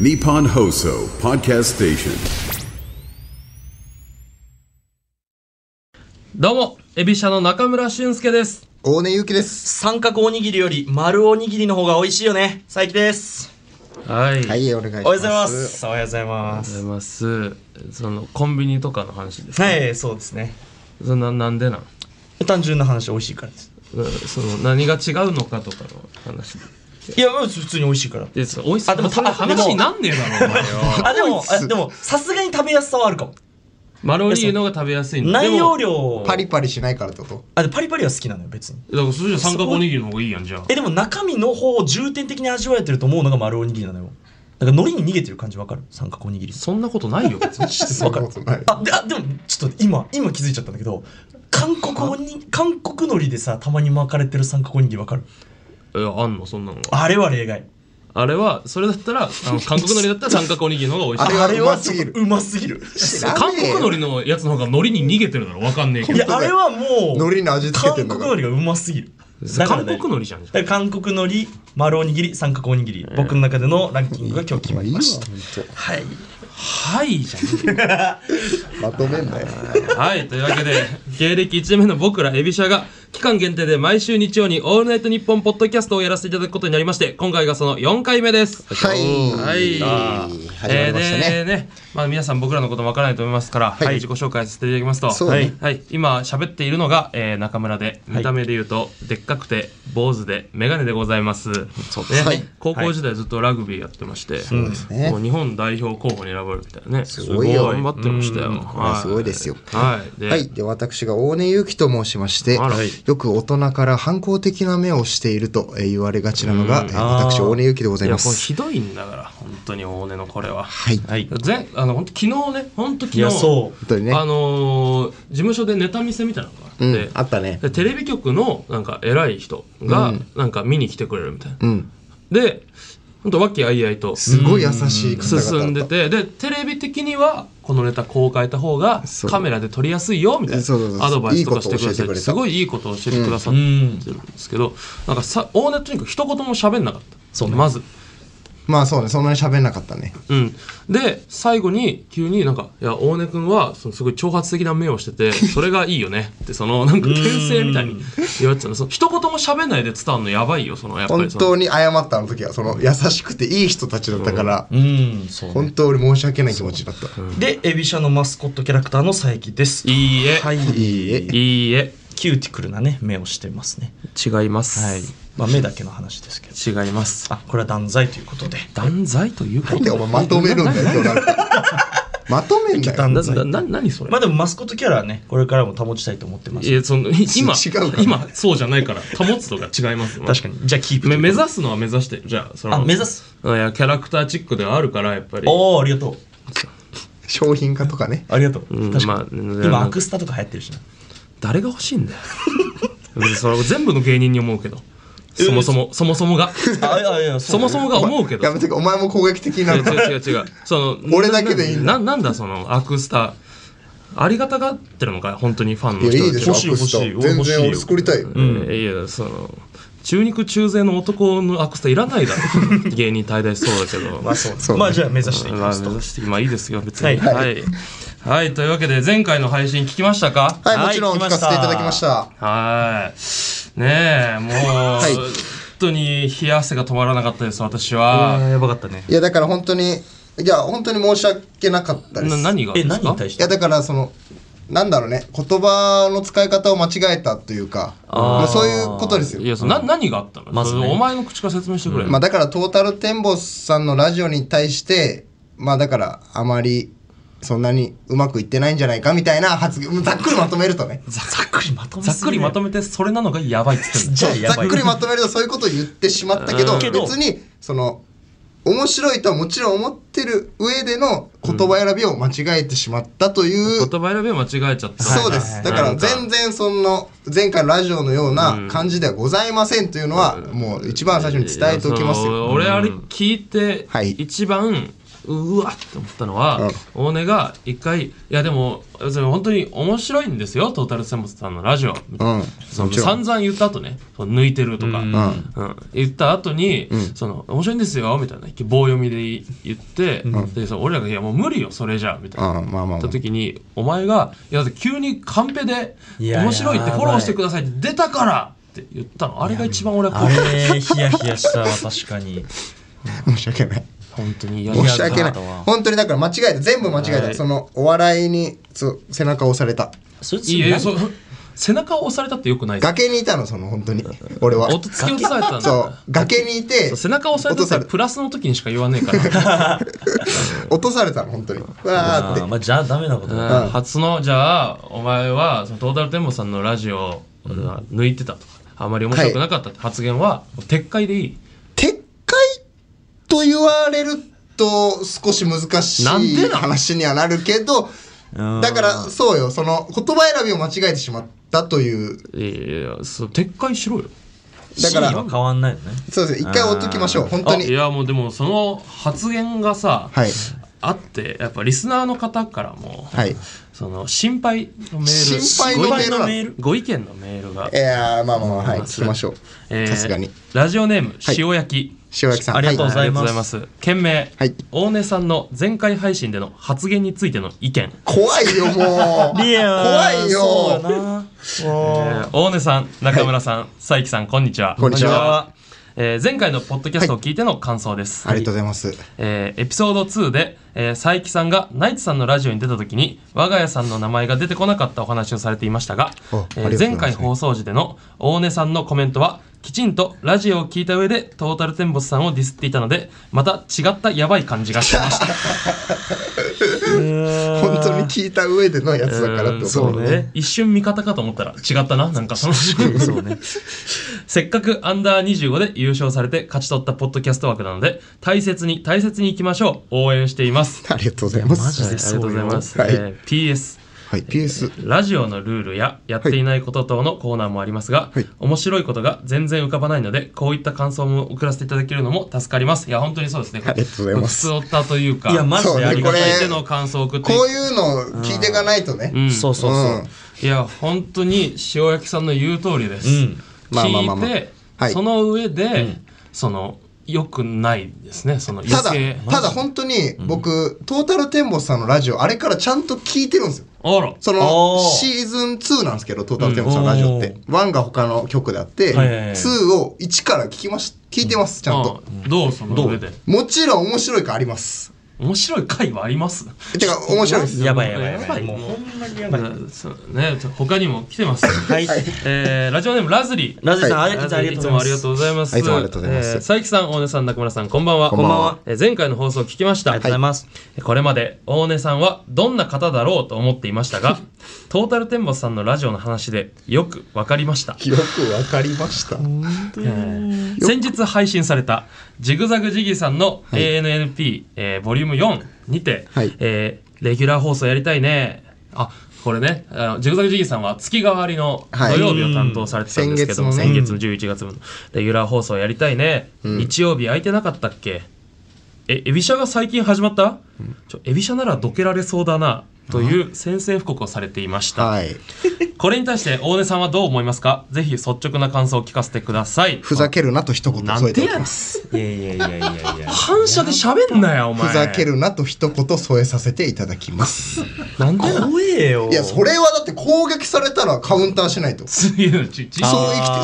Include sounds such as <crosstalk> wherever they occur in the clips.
Nippon Hoso Podcast Station. どうも、エビシャの中村俊介です。大根ゆきです。三角おにぎりより丸おにぎりの方が美味しいよね。佐伯です。はい。ありがはとうい、お願いします。おはようございま。す。おはようございまございす。ます。そのコンビニとかの話です。はい、そうですね。そんななんでなん。単純な話、美味しいからです。うんその何が違うのかとかの話で。いや、普通に美味しいから。で、そのおいしさ。あでもそんなたでも話になんねえだろお前 <laughs> よ。あ、でも、あでも、さすがに食べやすさはあるかも。マロニーの方が食べやすいんだ。内容量。量。パリパリしないからってことあ、でパリパリは好きなのよ、別に。だからそれじゃ三角おにぎりの方がいいやんじゃあ。え、でも中身の方を重点的に味わえてると思うのが丸おにぎりなのよ。なんか海苔に逃げてる感じわかる三角おにぎり。そんなことないよ別に。 <laughs> わかるそんなことないあであでもちょっと今今気づいちゃったんだけど韓国おに韓国海苔でさたまに巻かれてる三角おにぎりわかるえあんのそんなのは。あれは例外あれはそれだったらあ <laughs> の韓国海苔だったら三角おにぎりの方が美味しいあ。れはうますぎるちょっとうますぎる知らねえよ韓国海苔のやつの方が海苔に逃げてるだろわかんねえけいどやあれはもう海苔の味つけてんだ韓から国海苔がうますぎるだから韓国ね海苔じゃんじゃだから韓国海苔丸おにぎり三角おにぎり僕の中でのランキングが今日決まりましたはあいはいじゃんまとめんなよ。はい、というわけで、芸歴1年目の僕ら、エビシャが、期間限定で毎週日曜に、オールナイトニッポンポッドキャストをやらせていただくことになりまして、今回がその4回目です。はいはい。あー始まりましたねえーでね、まあ皆さん僕らのこともわからないと思いますから、はい、自己紹介させていただきますと、そうねはい、今喋っているのが、えー中村で、見た目で言うと、でっかくて、坊主で、メガネでございます。そうですね、はい高校時代ずっとラグビーやってまして、そうですね日本代表候補に選ばれてたよね。すごいよ頑張ってましたよ。はすごいですよはい。ではい。で、私が大根ゆきと申しましてあらはい、よく大人から反抗的な目をしているとえー言われがちなのが、えー私、大根ゆきでございいやまこれす。ひどいんだから本当に大根のこれは。はい。本いぜあの本当昨日ね本当昨日いやそ当にね。あのー事務所でネタ見せみたいなのがあって、うん、あったね。でテレビ局のなんか偉い人が、なんか見に来てくれるみたいな。うん。で本当和気あいあいとすごい優しい方々だった進んでてでテレビ的にはこのネタこう変えた方がそうカメラで撮りやすいよみたいそうそうそうなアドバイスとかしてくいだいさっこと教えてくてれたすごいいいことを教えてくださってるんですけど、なんかさ大根とにかく一言も喋んなかったそう、まず。まあそうね、そんなに喋んなかったね。うん、で最後に急になんか「いや大根君はそのすごい挑発的な目をしててそれがいいよね」ってそのなんか牽制みたいに言われてたのその一言も喋んないで伝わるのやばいよそのやっぱ本りその当に謝ったあの時は、その優しくていい人たちだったから、ううんそう本当に申し訳ない気持ちだった。でエビシャのマスコットキャラクターの佐伯ですいいえ、はいいいえ。いいえキューティクルなね目をしてますね違います、はいまあ目だけの話ですけど違いますあこれは断罪ということで断罪というかなんでお前まとめるんだよ、今日なんか。まとめんだよ。断な罪なな何それ、まあでもマスコットキャラはねこれからも保ちたいと思ってますいやその今違うから今そうじゃないから保つとか違いますよ確かにじゃあキープめ目指すのは目指してじゃあそのあ目指すいやキャラクターチックではあるからやっぱりおおありがとう商品化とかね。ありがとう、うん確まかあに、ま今あアクスタとか流行ってるしな誰が欲しいんだよ別にそれは全部の芸人に思うけどそもそもそもそもがあいやいやそもそもが思うけどやめてくお前も攻撃的にな違うるから違う違うその俺だけでいいんだなななんだそのアクスターありがたがってるのかよ本当にファンのいや、人いたちいでしょ、ア欲しいクスタ欲しい全欲しい然俺作りたいよ。うんいやその中肉中背の男のアクスタいらないだろ芸人大体そうだけどまあ <laughs> そうそうねまあじゃあ目指していきままあす目と、指してまあいいですよ別にはいはい、はい、というわけで前回の配信聞きましたかはい、はいもちろん聞かせていただきました。はい。ねえ、もう、い本当に冷や汗が止まらなかったです、私は。やばかったねいや、だから本当に、いや、本当に申し訳なかったです。ない何がでえすか何に対してや、だからその、なんだろうね、言葉の使い方を間違えたというか、まあ、そういうことですよい。やそのな何があったの、まずねそれお前の口から説明してくれ、まあだからトータルテンボスさんのラジオに対して、まあだからあまりそんなにうまくいってないんじゃないかみたいな発言、ざっくりまとめるとね。ざっくりまとめざっくりまとめめてそれなのがやばいっつってん <laughs> のじゃあざやっばいくりまとめるとそういうことを言ってしまったけど、うんけど別にその、面白いとはもちろん思ってる上での言葉選びを間違えてしまったという、言葉選びを間違えちゃったそうではす。いだはいかはいら全然その前回のラジオのような感じではございませんというのはもう一番最初に伝えておきまいすやそのよ。俺あれ聞いてはい一番うわって思ったのは、大根が一回いやでもそれ本当に面白いんですよトータルセモスさんのラジオみたいな、うんそのもちろん散々言った後ねその抜いてるとか、うんうん。うん、言った後に、その面白いんですよみたいな棒読みで言って、でその俺らが「いやもう無理よそれじゃ」みたいな。ああ、まあまあまっあた。時にお前が「いやだって急にカンペでいや面白いってやばフいォローしてください」って出たからって言ったのあれが一番俺はこあうれヒヤヒヤしたわ確かに申し訳ない。本当に嫌や申だし訳ないいやだわ。本当にだから間違えた。全部間違えはた。いその、お笑いに、そう背中を押された。それいやいやそうう背中を押されたってよくないです崖にいたの、その、本当に。俺は。音突き落とされたんだそう、崖にいて、背中を押された落とっさてれプラスの時にしか言わねえから <laughs> 落とされたの、本当に。わーって。まあじゃあダメなことだうん初のじゃあお前はそのトータルテンボスさんのラジオを抜いてたとかあまり面白くなかったって発言は撤回でいい撤回と言われると少し難しなんでいなん話にはなるけどだからそうよその言葉選びを間違えてしまったといういやいやそう撤回しろよだから C は変わんないよねそうですね一回置いときましょう本当あいにやもうでもその発言がさ、はいあってやっぱリスナーの方からも、はいその心配のメール心配のメール心配のなメーのルご意見のメールがいやーまあまあまあはい聞きましょうえーさすがにラジオネームはい塩焼き、塩焼さんありがとうございますはありがとうございます件名、はい大根さんの前回配信での発言についての意見、怖いよもう <laughs> いや怖いそうだよなえー大根さん中村さん、佐伯さんこんにちはこんにちはこえー前回のポッドキャストを聞いての感想です、ありがとうございますえーエピソード2で、えー佐伯さんがナイツさんのラジオに出た時に我が家さんの名前が出てこなかったお話をされていましたがえーおありがとうござい前ます回放送時での大根さんのコメントはきちんとラジオを聞いた上でトータルテンボスさんをディスっていたのでまた違ったやばい感じがしました本当に聞いた上でのやつだからってことそうそうねね一瞬味方かと思ったら違ったななんかその瞬 <laughs> 間そうねせっかくアンダー25で優勝されて勝ち取ったポッドキャスト枠なので大切に大切にいきましょう応援していますありがとうございますいやマはいジあでりがとうございます、はいえー PS はい PS ラジオのルールややっていないこと等のコーナーもありますが、はい面白いことが全然浮かばないのでこういった感想も送らせていただけるのも助かりますいや本当にそうですねありがとうございます普通たというかいやマジそうねでありがこたい相手れの感想を送ってこういうのを聞いていかないとね、んそうそうそういや本当に塩焼きさんの言う通りです、うんまあまあまあま聞あいて、はいその上で、そのよくないですねその余ただ計、ただ本当に僕、トータルテンボスさんのラジオ、あれからちゃんと聞いてるんですよ。あらそおのーシーズン2なんですけど、トータルテンボスさんのラジオって。1が他の曲であって、はいはいはい2を1から聞きまし、聞いてます、ちゃんと。あどうその上でもちろん面白いかあります。面白い回はありますてか、面白いです。やばいやばいやばいももううほんまにやばいはそうね、ちょ他にも来てます。いえーラジオネームラズリー。ラジさんありラがズとうござリいーいまつすもありがとうございます。いつもありがとうございますえー佐伯さん、大根さん、中村さん、こんばんは。こんばんは。えー前回の放送を聞きました。ありがとうございますこれまで大根さんはどんな方だろうと思っていましたが、トータルテンボスさんのラジオの話でよくわかりました。よくわかりました。先日配信されたジグザグジギーさんの ANNP、えーボリューム4にて、はいえーレギュラー放送やりたいねあこれねあのジグザグジギーさんは月替わりの土はい曜日を担当されてたんですけども、うん先先月の11月分のレギュラー放送やりたいね、日曜日空いてなかったっけえエビシャが最近始まった、ちょエビシャならどけられそうだなという宣戦布告をされていました、はい。これに対して大根さんはどう思いますかぜひ率直な感想を聞かせてくださいふざけるなと一言添えておきます。す。いやいやいやいやいや反射で喋んなよ、お前。ふざけ。るなと一言添えさせていただきます。なんでな。怖えよいや、それはだって攻撃されたらカウンターしないと。そうすげえな、ち、ち、生きて、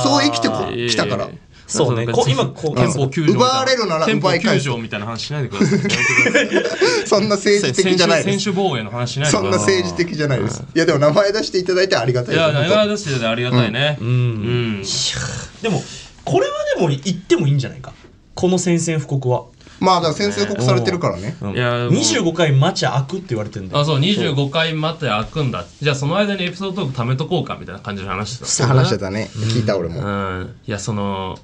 そう生きてこいやいやいや来たから。そうねこ今こう憲法九条。奪われるなら憲法奪い九返す条みたいな話しないでください。そんな政治的じゃないです。選手防衛の話しないでそんくだなさい。政治的じゃないです。いや、でも名前出していただいてありがたいいですや、本長当々出しててありがたいね。うん。うん。でもこれはでも言ってもいいんじゃないかこの宣戦布告はまあ、だから先制告されてるからね。いいやもう25回待ち開くって言われてんだよあ、そう、25回待って開くんだ。じゃあ、その間にエピソードトーク貯めとこうか、みたいな感じの話してた。そう話してたね。聞いた俺も。うん、いやその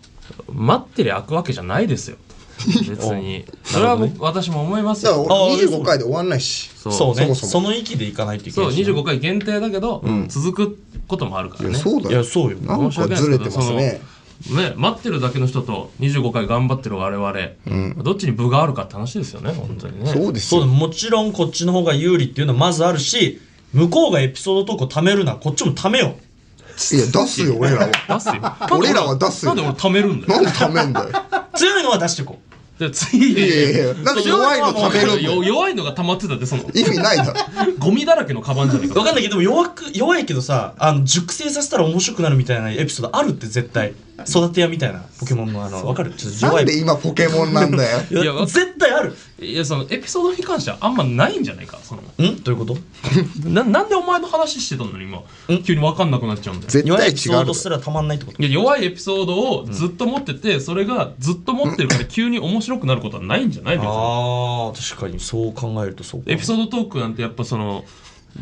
待ってりゃ開くわけじゃないですよ別 <laughs> にそれは僕私も思いますだからよ俺あ25回で終わんないし。そうそうねそもそもその域でいかないといけそなういしね25回限定だけど、続くこともあるかいらやねそういだやよ。そうよなんかずれてますね。ね、待ってるだけの人と25回頑張ってる我々、どっちに部があるかって話ですよね本当にねそうですそうよだもちろんこっちの方が有利っていうのはまずあるし向こうがエピソードトークを貯めるなこっちも貯めよいや出すよ俺らは出すよ俺らは出すよなんで俺貯めるんだよなんでためんだよ強いのは出していこで次いやいやいやなんで弱いのためるんだよよ弱いのが溜まってたってその意味ないだろゴミだらけのカバンじゃねえうわかかんないけどでも弱く弱いけどさあの熟成させたら面白くなるみたいなエピソードあるって絶対育て屋みたいなポケモンのあのわかるちょっとな弱んいで今ポケモンなんだよいやいやわ絶対あるいやそのエピソードに関してはあんまないんじゃないかそのんどういうことななんでお前の話してたのに今急に分かんなくなっちゃうんだよ絶弱い対エピソー違うドすらたまんないってこといや弱いエピソードをずっと持ってて、それがずっと持ってるから急に面白くなることはないんじゃないのよあー確かにそう考えるとそうかエピソードトークなんてやっぱその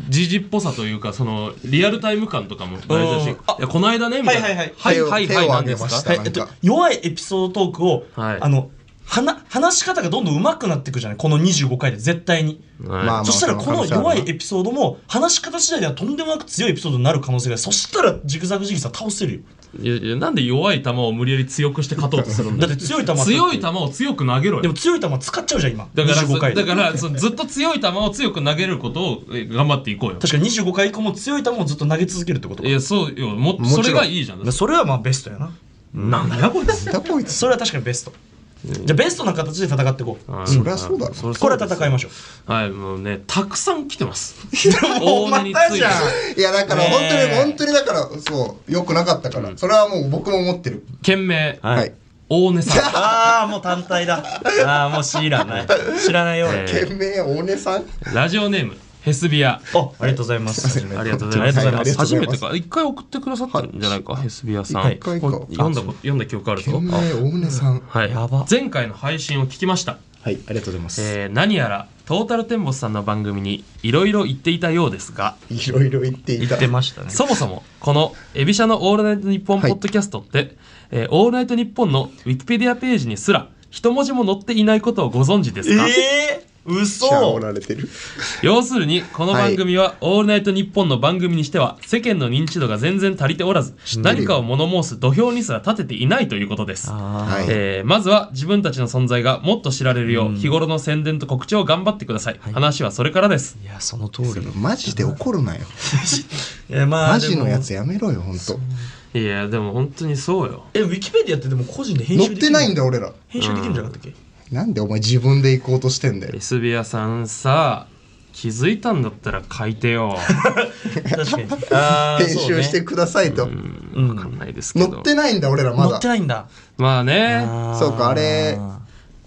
時事っぽさというかそのリアルタイム感とかも大事だし「ういんあやこの間ね」みたいなはいはいはいはい手をはいはいなん手を挙げでますか?したえなえっんとか、弱いエピソードトークを、はいあのはな話し方がどんどん上手くなっていくじゃないこの25回で絶対に、はい」まあそしたらそこの可の能性あるな弱いエピソードも話し方次第ではとんでもなく強いエピソードになる可能性があるそしたらジグザグジギーさん倒せるよいやいやなんで弱い球を無理やり強くして勝とうとす <laughs> るんだだって強い球強い球を強く投げろよでも強い球使っちゃうじゃん今だからそ25回だからそのずっと強い球を強く投げることをえ頑張っていこうよ確かに25回以降も強い球をずっと投げ続けるってことかいやそうよもっともちろそんれがいいじゃんそれはまあベストやななんだこいつなんだこいつそれは確かにベストじゃあベストな形で戦っていこうあそりゃそうだろそりゃこれそうですは戦いましょうはいもうねたくさん来てますもうま <laughs> たじゃんいやだからねえ本当に本当にだからそう良くなかったからそれはもう僕も思ってる件名ははいい大根さんああもう単体だああもう知らない知らないよ俺、えー懸命大根さんラジオネームヘスビアあありがとうございますありがとうございます。ありがとうございます初めてか、一回送ってくださったんじゃないか、ヘスビアさん。はい一回かこれ読んだこと、読んだ記憶ある懸ぞ。命大根さんはい、やば前回の配信を聞きました。はいありがとうございまえー何やらトータルテンボスさんの番組にいろいろ言っていたようですが、いろいろ言っていた言ってましたねそもそもこのエビシャのオールナイトニッポンポッドキャストって、えーオールナイトニッポンのウィキペディアページにすら一文字も載っていないことをご存知ですか、ええー、ちゃお嘘られてる要するにこの番組は「オールナイトニッポン」の番組にしては世間の認知度が全然足りておらず何かを物申す土俵にすら立てていないということです、あはいえーまずは自分たちの存在がもっと知られるよう日頃の宣伝と告知を頑張ってください、話はそれからですーいやその通りマジで怒るなよえまあマジのやでもつやめろよ本当いやでも本当にそうよえウィキペディアってでも個人で編集乗っできてるないんだ俺ら編集できるんじゃなかったっけなんでお前自分で行こうとしてんだよエスビアさんさ気づいたんだったら書いてよ確かにあー編集してくださいとそうねうんわかんないですけど乗ってないんだ俺らま乗ってだないんだまあねそうかあれ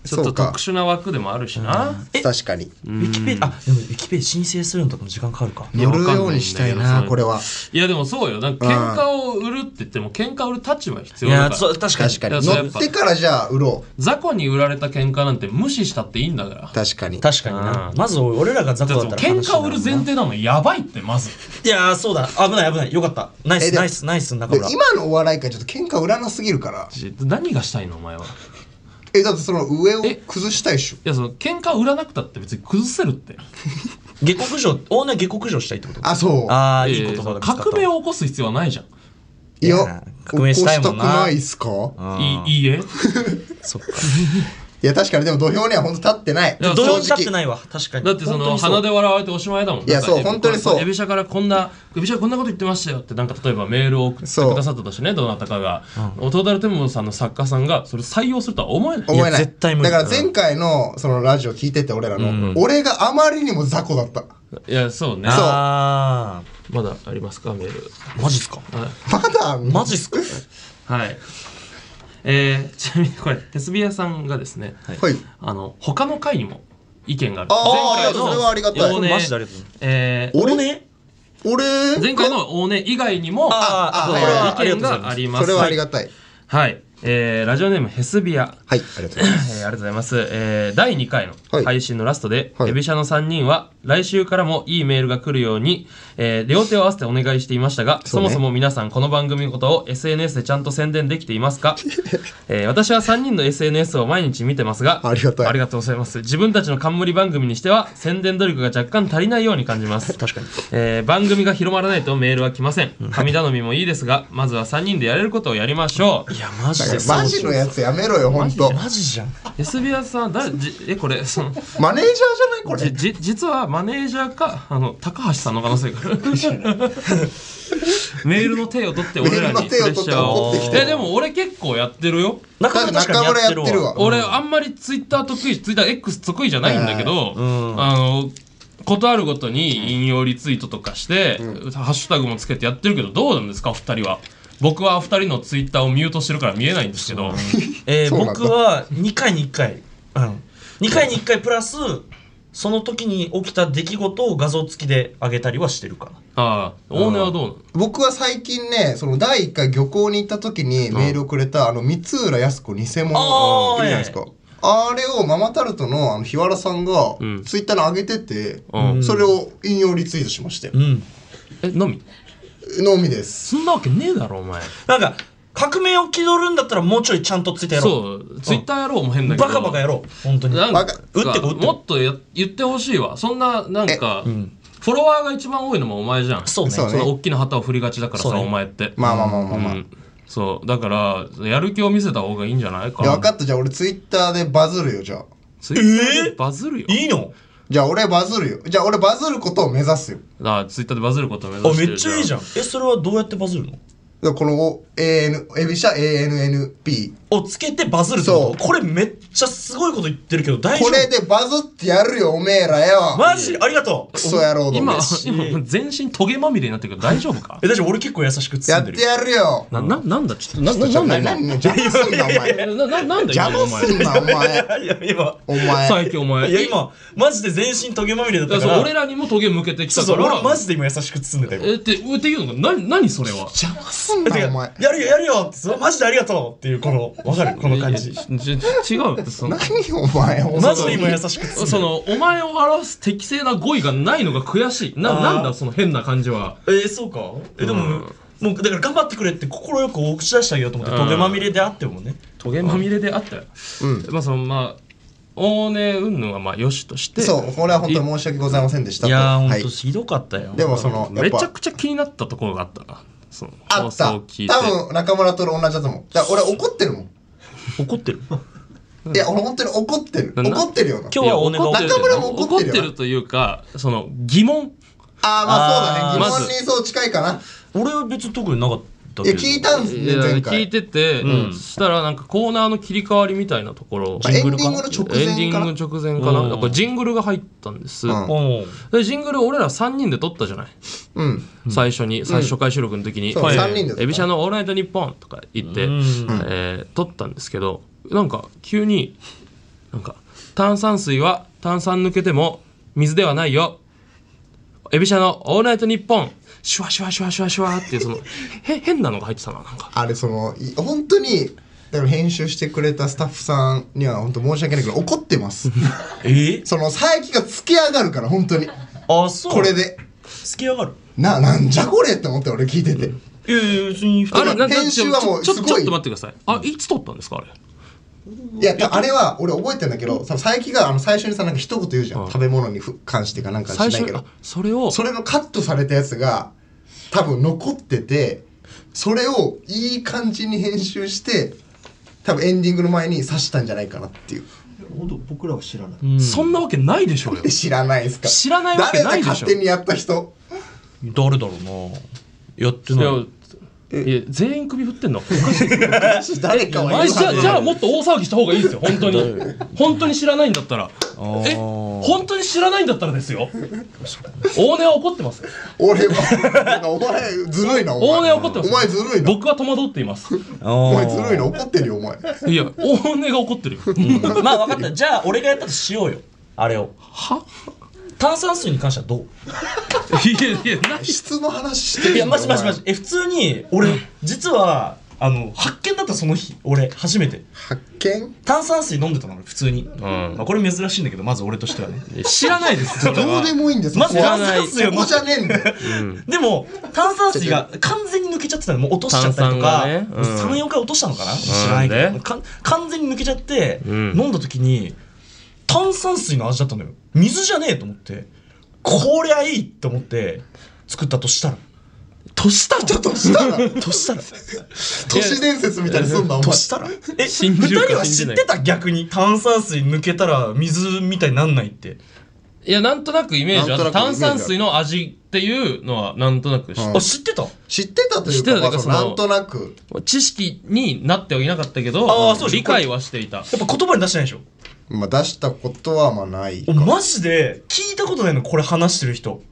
ちょっそとうか特殊な枠でもあるしなえ確かにウィキペディアあでもウィキペディア申請するのとかも時間かかるかい乗やるわかんないんだけどようにしたいなそれこれはいやでもそうよなんか喧嘩を売るって言っても喧嘩売る立場必要だから確か確かにいやそうや乗っっぱてからじゃあ売ろう雑魚に売られた喧嘩なんて無視したっていいんだから確かに確かになうんまず俺らが雑魚だったら喧嘩を売る前全提なのやばいってまずいやーそうだ危ない危ないよかったナイえスでもナイスナイス中で村今のお笑い界ちょっと喧嘩売らなすぎるから何がしたいのお前はえだってその上をえ崩したいっしょいやその喧嘩売らなくたって別に崩せるって下克上オーナー下克上したいってことあそうああいいや言や葉だ革命を起こす必要はないじゃんいやいや革命したいもんな起こしたくないっすかいいいいえそっかいや確かにでも土俵には本当立ってないや正土俵直に立ってないわ確かにだってそ本当のにう鼻で笑われておしまいだもんいやそうなんか本当にそうエビシャからこんなエビシャこんなこと言ってましたよってなんか例えばメールを送ってそうくださったとしてねどなたかが、おトータルテンボスさんの作家さんがそれ採用するとは思えない思えないいや絶対無理だから前回のそのラジオ聞いてて俺らの、俺があまりにも雑魚だったいやそうねそうあまだありますかメールあマジっすかはいまだマジっすかはい。えー、ちなみにこれ、テスビアさんがですね、はいあの、他の回にも意見がある。あ前ー回のそれはありがたい大根マジでありがとうございえー俺ね俺前回の大根以外にも、あーあそうはいはい意見があります。それはありがたい、はい。えーラジオネームヘスビア。はい、ありがとうございえまーありす。がとうございます、えー第2回はのい配信のラストで、はいエビシャの3人は来週からもいいメールが来るように、えー両手を合わせてお願いしていましたがそ,、そうねもそも皆さんこの番組のことを SNS でちゃんと宣伝できています <laughs> か、えー私は3人の SNS を毎日見てますがありがたいありがとうございます自分たちの冠番組にしては宣伝努力が若干足りないように感じます <laughs> 確かに。えー番組が広まらないとメールは来ません神頼みもいいですがまずは3人でやれることをやりましょういやマジでマジのやつやめろよ、ほんと。マジじゃん安部屋さん誰じえこれそのマネージャーじゃないこれじ。じ実はマネージャーかあの高橋さんの可能性があるメールの手を取って俺らにプレッシャーをメールの手を取って怒ってきてえでも俺結構やってるよ中村確かにやってる中村わやってるわ俺あんまりツイッター得意ツイッター X 得意じゃないんだけど、うんあのことあるごとに引用リツイートとかして、ハッシュタグもつけてやってるけどどうなんですかお二人は僕はお二人のツイッターをミュートしてるから見えないんですけどえーそうなんだ僕は2回に1回、うん、2回に1回プラスその時に起きた出来事を画像付きで上げたりはしてるかな <laughs> ああ大根はどうなの僕は最近ね、その第1回漁港に行った時にメールをくれた、あの、三浦靖子偽あ物ーいるじゃないですか。あれをママタルトのあの日原さんがんツイッターに上げてて、うんそれを引用リツイートしまして、うんえのみのみです。そんなわけねえだろお前なんか革命を気取るんだったらもうちょいちゃんとついてやろうそうツイッターやろうも変だけどバカバカやろう本当になんバかカ打ってこ打ってこもっとや言ってほしいわそんななんか、んフォロワーが一番多いのもお前じゃんそうねそうそねの大きな旗を振りがちだからさ、そうねお前ってまあまあまあまあまあ。うんそうだからやる気を見せた方がいいんじゃないかいや分かなった、じゃあ俺ツイッターでバズるよ、じゃあ。ツイッターでバズるよ、いいのじゃあ俺バズるよ。じゃあ俺バズることを目指すよ。だからツイッターでバズることを目あ指してめるっちゃいいじゃんえそれはどうやってバズるのだからこのお AN、エビシャ ANNP。をつけてバズるってこそとうこれめっちゃすごいこと言ってるけど大丈夫これでバズってやるよ、おめえらよ。マジありがとうクソ野郎ども。今やしい今全身トゲまみれになってるけど大丈夫 <laughs> かえ大丈夫俺結構優しく包っんでるてやるよ。なななんだちょっとなななんだ何今何邪魔すんな、お前。なななんだ邪今お魔前すんな、お前。いや今お前。最近お前いや今マジで全身トゲまみれだっだかたかららそう俺らにもトゲ向けてきそたうそかう俺らマジで今優しく包んでたよえってっていうのが何何それは邪魔すんな、お前。やるよやるよってそれマジでありがとうっていうこのわかるこの感じじじ違うってその何お前、おマ前。ジで今優しく包んでるそのお前を表す適正な語彙がないのが悔しいなあーなんだその変な感じはえー、そうかえでも、もうだから頑張ってくれって心よくお口出してあげようと思ってトゲまみれであってもねトゲまみれであったよ、うんまあそのまあ大根うんぬんはまあよしとしてそう、これは本当に申し訳ございませんでしたと。いやーほんはとひどかったよ、でもその、やっめちゃぱ。くちゃ気になったところがあったなそのあ放っ送た。を多聞いて分中村と同じだと思う。だから俺怒ってるもん。怒って <laughs> るいや、俺本当に怒ってる。な怒ってるよな。今日は大根が怒ってる中村も怒ってるよ怒ってるというかその疑問ああ、まあそうあーだね。疑問にそう近いかな。俺は別に特になかったいけや、ど聞いたんですいね、や前聞い回。てて、うんそしたらなんかコーナーの切り替わりみたいなところまあエンディンエグの直ンディ前かングなの。直前かなうんだからジングルが入ったんです、うんおうでジングル俺ら3人で撮ったじゃない、うん。最初に最初回収録の時に「そうはい三人で撮ったエビシャのオールナイトニッポン」とか言って、うんえー撮ったんですけどなんか急になんか「炭酸水は炭酸抜けても水ではないよ」「エビシャのオールナイトニッポン」シュワシュワシュワシュワシュワっていうその <laughs> へ変なのが入ってたななんか。あれ、その、い本当に、だから編集してくれたスタッフさんには本当申し訳ないけ <laughs> ど、怒ってます。えー、その、佐伯がつけ上がるから、本当に。あそうこれで。つけ上がるな、なんじゃこれって思って俺聞いてて。いやいや別にあれなな編集はもうちょちょすごいちょっと待ってください。あ、いつ撮ったんですかあれ。いや、たあれは俺覚えてんだけど、さ佐伯があの最初にさ、なんか一言言うじゃん。食べ物にふ関してかなんかしな最いけ初どあ。それをそれのカットされたやつが多分残っててそれをいい感じに編集して多分エンディングの前に刺したんじゃないかなっていう本当僕らは知らない、そんなわけないでしょうよで。知らないですか知らないわけないでしょ誰だ勝手にやった人誰だろうなやっていないやいや全員首振ってんの。 <laughs> 誰かはいあるじゃはあずじゃあもっと大騒ぎした方がいいですよ本当に本当に知らないんだったらえ本当に知らないんだったらですよ大根は怒ってますよ俺はなんかお前ずるいなお大根前は怒ってますお前ずるいな僕は戸惑っていますおお前ずるいな怒ってるよお前いや大根が怒ってるよ <laughs> まあ分かったじゃあ俺がやったとしようよあれをは炭酸水に関してはどういやいやない質の話してるいやマジマジマジお前え普通に俺実はあの発見だったその日俺初めて発見炭酸水飲んでたの俺普通に、まあ、これ珍しいんだけどまず俺としてはね知らない <laughs> です。それどはうでもいい <laughs> んですまずそこ炭酸水そを飲こんじゃねえんだよでも炭酸水が完全に抜けちゃってたのもう落としちゃったり炭酸とか、がねうん34回落としたのかな知らないけでどか完全に抜けちゃって、ん飲んだ時に炭酸水の味だったのよ水じゃねえと思ってこりゃいいと思って作ったとしたらとしたらちょっとしたら <laughs> としたら都市伝説みたいにすんなお前としたらえ二信じるか人は知信じっないてた逆に炭酸水抜けたら水みたいになんないっていや、なんとなくイメージはなんとなくイメー炭ジは酸水の味っていうのはなんとなく知っあ知ってた知ってたという知ってたかというかまあそのなんとなく知識になってはいなかったけどあーそう、でしょ理解はしていた。やっぱ言葉に出してないでしょまあ出したことはまあないおマジで聞いたことないのこれ話してる人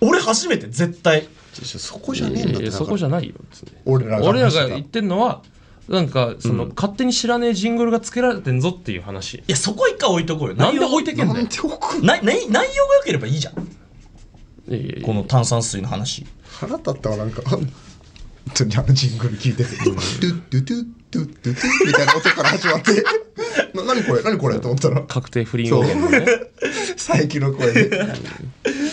俺初めて絶対そこじゃねえんだっいてやだそかこじらゃないよ、別に俺らが俺ら話がし言ったてんのは、なんか、その、勝手に知らねえジングルがつけられてんぞっていう話。いやそこ一回置いとこうよなんで内容置いてけんだなよん。て奥ないない内容が良ければいいじゃんいやいやいやこの炭酸水の話腹立ったわなんか本当にあのジングル聞いててドゥドゥドゥドゥドゥドゥみたいな音から始まってな何これ何これと思ったら確定不倫予言のね。佐伯の声で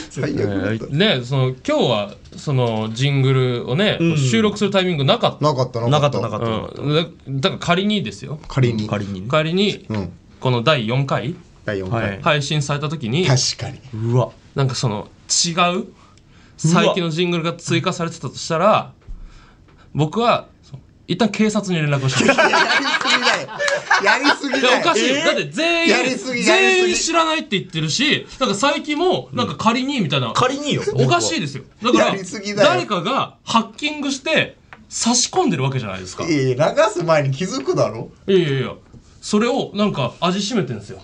最悪だった <laughs> ねその今日はそのジングルをね、ん収録するタイミングなかった、なかったななかかっったたなかったうん、だだから仮にですよ仮に仮にね仮にうんこの第4回第4はい回配信された時に、確かにうわなんかその違う最近のジングルが追加されてたとしたら僕はその一旦警察に連絡をしてましたやりすぎだよや <laughs> いやおりすぎだかよしい、だって全やり員すぎやりすぎ全員知らないって言ってるしなんか最近もなんか仮にみたいな、仮によ <laughs> <laughs> おかしいですよだからやりすぎだよ誰かがハッキングして差し込んでるわけじゃないですかいいやいや流す前に気づくだろやいやいやそれをなんか味しめてんですよ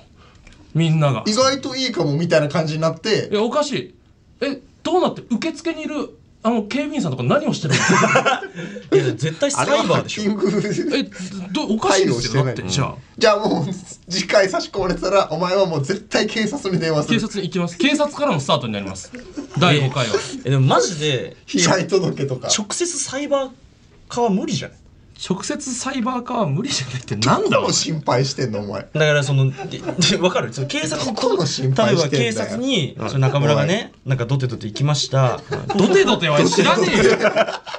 みんなが意外といいかもみたいな感じになっいてやおかしいえどうなって受付にいるあの警備員さんとか何をしてるんです <laughs> かいや絶対あサれはイハッバーでキしょングえどおかしいですよだっ配慮してないてじゃあじゃあもう次回差し込まれてたらお前はもう絶対警察に電話す警る察に行きます警察からのスタートになり <laughs> ます第5回はえでもマジで被害届とか直接サイバー化は無理じゃない直接サイバー化は無理じゃないってなんだどろこの心配してんのお前だからそのででわかるその警察にどこの心配例えばしてんだ警よ察にその中村がねなんかドテドテ行きましたドテドテは知らねえよ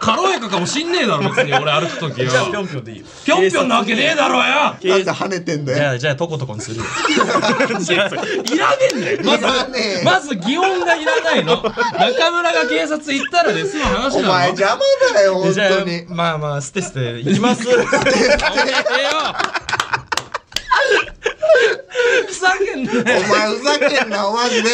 軽やかかもしんねえだろ別に俺歩く時じゃあぴょはんぴょんでいいよぴょんぴょんなわけねえだろよなんで跳ねてんだじゃよあじゃあとことこにするよいらねえんだよまずいらねえまず擬音がいらないの中村が警察行ったらですの話おなの前邪魔だよ本じゃ当あにまあまあ捨て捨て行きますお前よふざけんなよお前ふざけんなマジで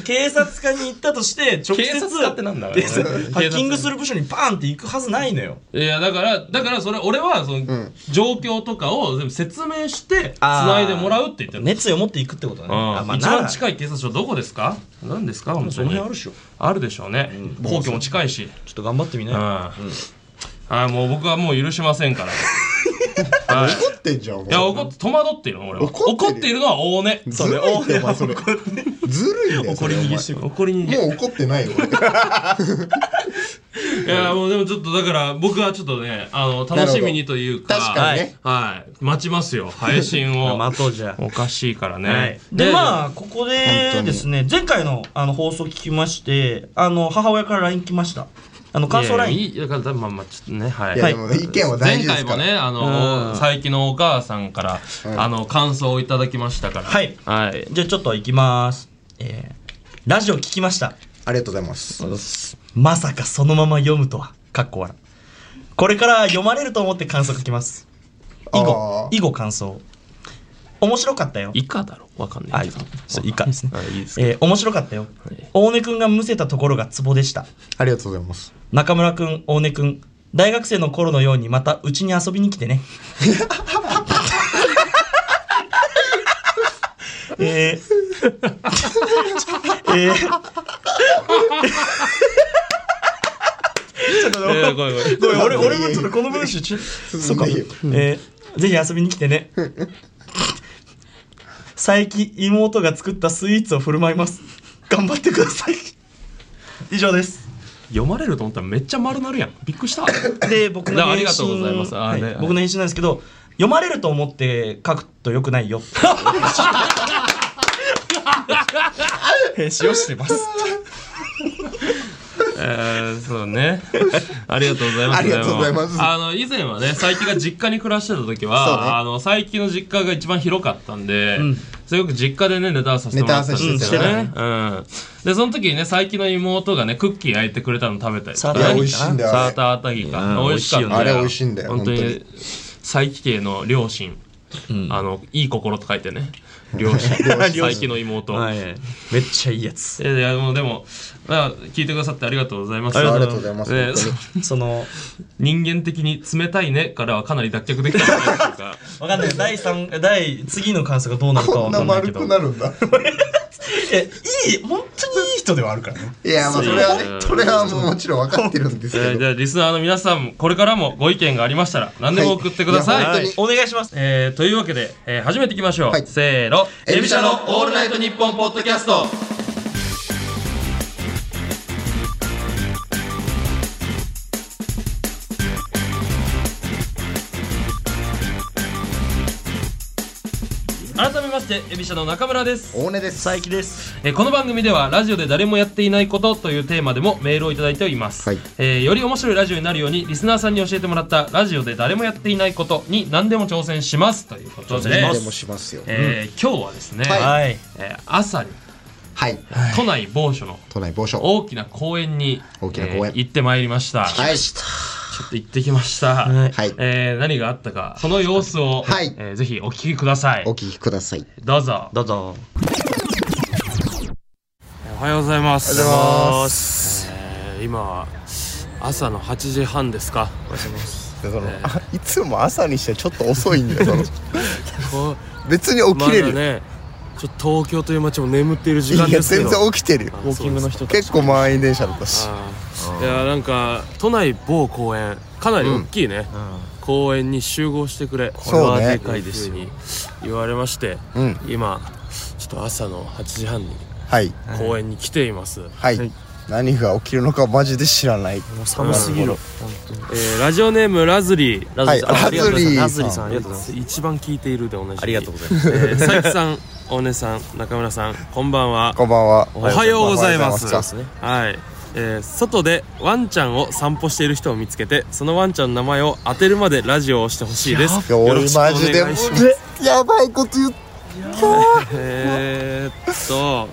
<laughs> 警察課に行ったとして直接警察だってなんだ警察ハッキングする部署にバーンって行くはずないのよいやだからだからそれ俺はその、状況とかを全部説明してつないでもらうって言ってる熱意を持っていくってことだねあまあ一番い近い警察署どこですか何ですか本そ当のに辺あるでしょあるでしょうね、皇居も近いし、ちょっと頑張ってみうんなあもう僕はもう許しませんから <laughs> はい怒ってんじゃんいおや前怒って戸惑ってるの俺は怒ってる怒っているのは大根ずるいってお前それずるいんだよそれお前怒りにもう怒ってないよ俺いやもうでもちょっとだから僕はちょっとねあの楽しみにというかなるほど確かにねはい、はい待ちますよ配信 <laughs> を待とうじゃあおかしいからね、はい、でまああここでですね前回のあの放送聞きましてあの母親から LINE 来ましたあの感想 LINE いやだからまあまあちょっとねはいいやでも意見は大前事で回すもからね、あうの、ん佐伯のお母さんから、あの、感想をいただきましたから。はいはい。じゃあちょっと行きますえー、ラジオ聞きましたありがとうございますまさかそのまま読むとはかっこ笑これから読まれると思って感想書きます以後あー以後感想面白かったよ以下だろわかんなあいいけど。そう以下ですねはいいいですえー面白かったよ、大根くんがむせたところがツボでしたありがとうございます中村くん、大根くん、大学生の頃のようにまたうちに遊びに来てね。えー、 <laughs> えー、ちょっとえーごごめめんんごめんごめん俺俺もちょっとこの文章ちょそうか、いいよえー、ぜひ遊びに来てね佐伯妹が作ったスイーツを振る舞います頑張ってください以上です読まれると思ったらめっちゃ丸なるやんびっくりしたで僕のだからあ返り信がとうございますあはいね僕の返信なんですけど読まれると思って書くとよくないよって返信をしてます <laughs> えー、そうねありがとうございますありがとうございますでもあの以前はね佐伯が実家に暮らしてた時そうねは、あの佐伯の実家が一番広かったんで、すごく実家でねネタ合わせさせてもらってたんですよネね、うん、でその時にね佐伯の妹がねクッキー焼いてくれたの食べたりとかねいや美味しいんだよサあーれターアタギかうん美味しかったあれ美味しいんだよ本当本に佐伯家の両親、あのいい心と書いてね <laughs> 両親佐伯の妹、はい、めっちゃいいやついやいやもうでも、まあ、聞いてくださってありがとうございます。ありがとうございますね本当にその人間的に冷たいねからはかなり脱却できたんじゃないでしょう <laughs> か。わかんない第3第次の感想がどうなるかこわんかなんないけ丸どくなるんだえいい本当にいい人ではあるからねいやまあそれはねそれはもうもちろん分かってるんですえーけじどゃあリスナーの皆さんもこれからもご意見がありましたら何でも送ってください。はいいや本お願いします、えーというわけで、えー始めていきましょう。はいせーの。エビシャのオールナイトニッポンポッドキャスト。改めまして、エビシャの中村です。大根です佐伯ですえーこの番組ではラジオで誰もやっていないことというテーマでもメールをいただいております、はいえーより面白いラジオになるようにリスナーさんに教えてもらったラジオで誰もやっていないことに何でも挑戦しますということで、何でもしますよえー今日はですね、はいはいえー朝にはい都内某所の都内某所大きな公園に大きな公園えー行ってまいりました、はいちょっと行ってきました、はいはいえー何があったかその様子を、はいえーぜひお聞きくださいお聞きくださいどうぞどうぞおはようございます、おはようございますえー今は朝の8時半ですかでそのあいつも朝にしてはちょっと遅いんだよ <laughs> そのこ別にう起きれるよ、まだねちょっと東京という街も眠っている時間いやですけ全ど然起きてるよウォーキングの人たち結構満員電車だったしあーいやなんか都内某公園かなり大きいね、公園に集合してくれこれそうはでねかいですよに言われまして、うん今ちょっと朝の8時半にはい公園に来ています、はい、何が起きるのかマジで知らない寒すぎるえーラジオネームラズリーはいラズリーラズリーさんありがとうございます一番聞いているで同じありがとうございますえー佐伯さん大根さん中村さんこんばんはこんばんはおはようございますおはようございはい、えー外でワンちゃんを散歩している人を見つけてそのワンちゃんの名前を当てるまでラジオをしてほしいですいやよ俺ろしくおマジで願いしますやばいこと言っえーっと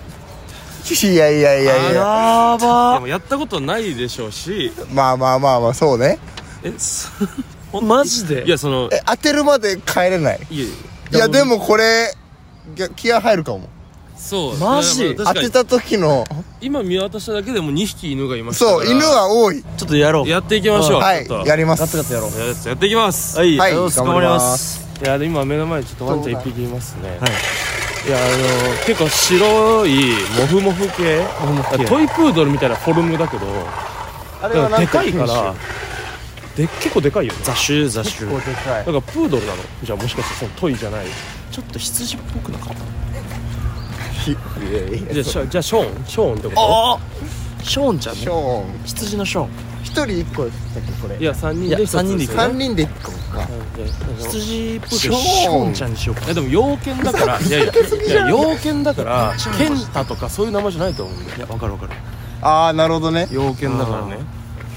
ていやいやいやいややばでもやったことないでしょうしまあまあまあまあそうねえそマジでいやそのえ当てるまで帰れないいやいやでもこれいや気合入るかもそうマジまあ当確てかにた時の今見渡しただけでも2匹犬がいましたかそらう犬は多いちょっとやろうやっていきましょうはいちょっとやりまガツすガツやろうややっていきますはいはいよし頑頑張張りりまますいやで今目の前にちょっとワンちゃん一匹いますね、い、やあの結構白いモフモフ系トイプードルみたいなフォルムだけどあでもでかいからで結構でかいよね雑種雑種でかだいからプードルなのじゃあもしかしてそのトイじゃないちょっと羊っぽくなかったじゃあショじゃあショーンショーンってこああショーンちゃんシねョーン羊のショーン一人一個だったっけこれといや3人いやで一つ三人でい行く三人で一個か羊っぽいけショどーンショーンちゃんにしようかやでも洋犬だからいやいやいや洋犬だからケンタとかそういう名前じゃないと思うんだよいやわかるわかるああなるほどね洋犬だからね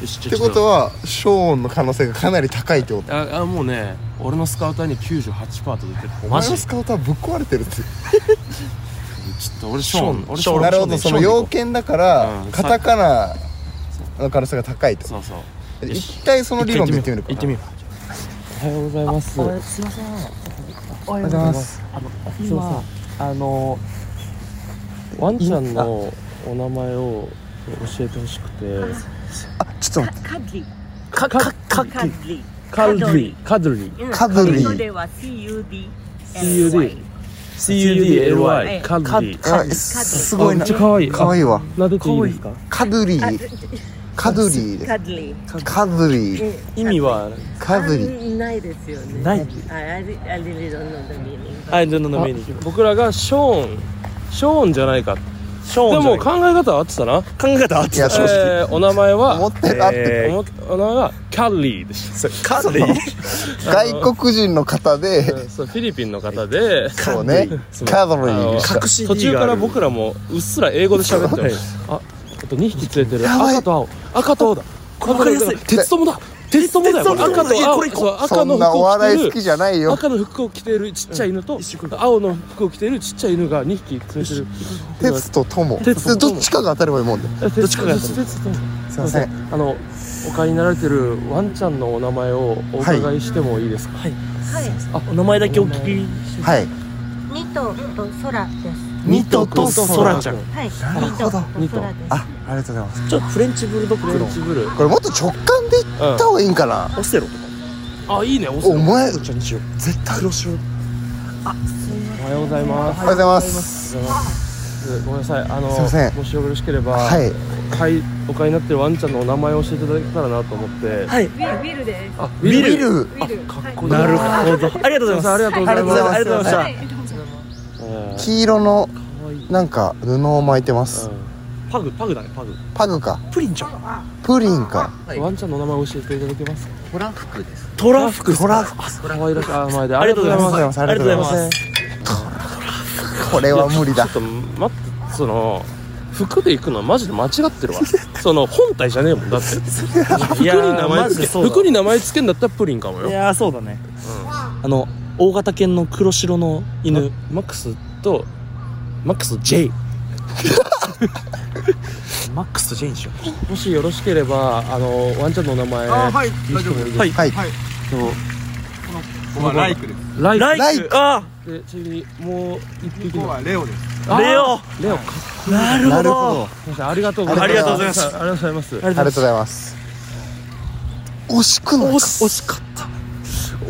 よしっってことはショーンの可能性がかなり高いってことああもうね俺のスカウターに98%と出てるおマ前ジのスカウターぶっ壊れてるってちょっと俺ショーン俺ショーンなるほどその要件だからうんカタカナの可能性が高いとそうそう一回その理論で言ってみるか行ってみようおはようございますおはようございます今あのワンちゃんのお名前を教えてほしくてあちょっと待カドリカカカカドリカルリカドリうんカドリ英語では CUD CUD CUDLY カドリってあえすごいめなっちゃ可愛い可愛いわなでていいですかカドリーカドリーでカドリすカドリー意味はカドリーーないですよねない I, I really don't know the meaning アイドルのメニュー僕らがショーンショーンじゃないかショーでンじゃもないか考え方は合ってたな、考え方合っていやた正直えーお名前は思ってた合ってたえー思お名前はキャリーでしそれカーリー外国人の方たでそうフィリピンの方でそうねカードリあのーでした隠し途中から僕らもうっすら英語で喋ってましたああと2匹連れてる赤と青赤と青だれ分かりやすい鉄友だ鉄友だよ鉄友だ赤といや青これこそう赤そのんな服おを笑い着好てきるじゃないよ赤の服を着てるちっちゃい犬と青の服を着てるちっちゃい犬が2匹連れてる鉄と友で鉄と友どっちかが当たればいいもんでどっちかがやってるすいませんあのお買いになられてるワンちゃんのお名前をお伺いしてもいいですか、はいお名前だけお聞きはいニトと空ですニトとソラちゃんはいるニほどトと空ですあありがとうございますちょっとフレンチブルドッグフレのンチブルこれもっと直感でいった方がいいんかなオセロとかあいいねおお前お茶にしよう絶対黒潮おはようございまおはようございますすごめんなさいあのすいませんもしよろしければ、はいお買いお買いになってるワンちゃんのお名前を教えていただけたらなと思ってはいウィルウィルですあウビルウィルかっはいこいいなるほどありがとうございますありがとうございますありがとうございましはいえー黄色のかわいいなんか布を巻いてますうたパグパグだねパグパグかプリンちゃんプリンかんワンちゃんのお名前教えていただけますかトラフクトラフク可愛らしいあ前であありりががとうとうござございいますますちょありがとうございますありがとうございこれは無理だっと待ってその服で行くのはマジで間違ってるわその本体じゃねえもんだって服いにやー名前マつジけでそうだ服に名前つけんだったらプリンかもいよやーそうだね、あの大型犬の黒白の犬マックスとマックス <laughs> J マックスとジェインしよもしよろしければあのワンちゃんのお名前い大丈夫ですはいはいここはライクですライうラライイクあでちなみにもう一匹ここのはレオですあーレオレオかなるなほるどほどすいませんありがとうございますありがとうございますありがとうございますありありががとうとございます惜しくない惜し惜しかった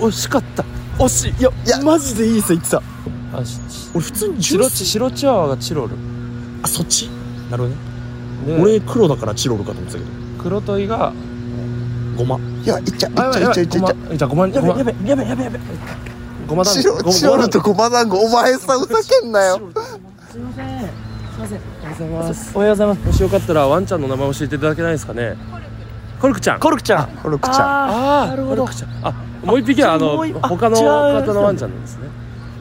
惜しかった惜しいいやいやマジでいい線いってたあしし俺普通に白白チ白チワワがチロルあそっちなるほどねで俺黒だからチロルかと思ってたけど黒問いがごまいやいっちゃいっちゃいっちゃいっちゃいっちゃじゃごまごやべまやべやべやべやべごま団子白ごま白のとごま団子お前さふざけんなよおはようございますもしよかったらワンちゃんの名前教えていただけないですかねコルクちゃんコルクちゃんコルクちゃんああなるほどコルクちゃんあもう一匹はあのもう一あ他の違う方のワンちゃんなんですね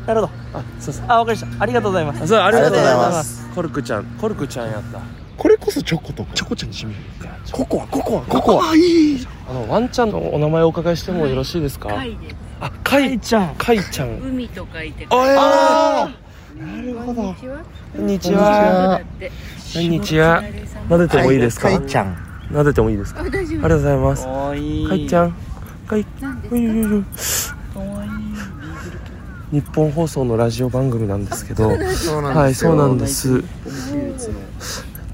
なるほどあそうそうあわかりましたありがとうございますあそうありがとうございありがとうございまますコルクちゃんコルクちゃんやったこれこそチョコとかチョコちゃんにしみるココアココアココアいいあのワンちゃんのお名前をお伺いしてもよろしいですか貝ですあかいちゃんかいちゃん海と書いてあなるほどこんにちはこんにちははだってこんにちは撫でてお疲れ様もいいですかかいちゃん撫でてもいいですかああ大丈り夫がとうございますかおいいちゃんかいなんですういうかいう可愛い日本放送のラジオ番組なんですけどそうなんはい、ですそうよなんです。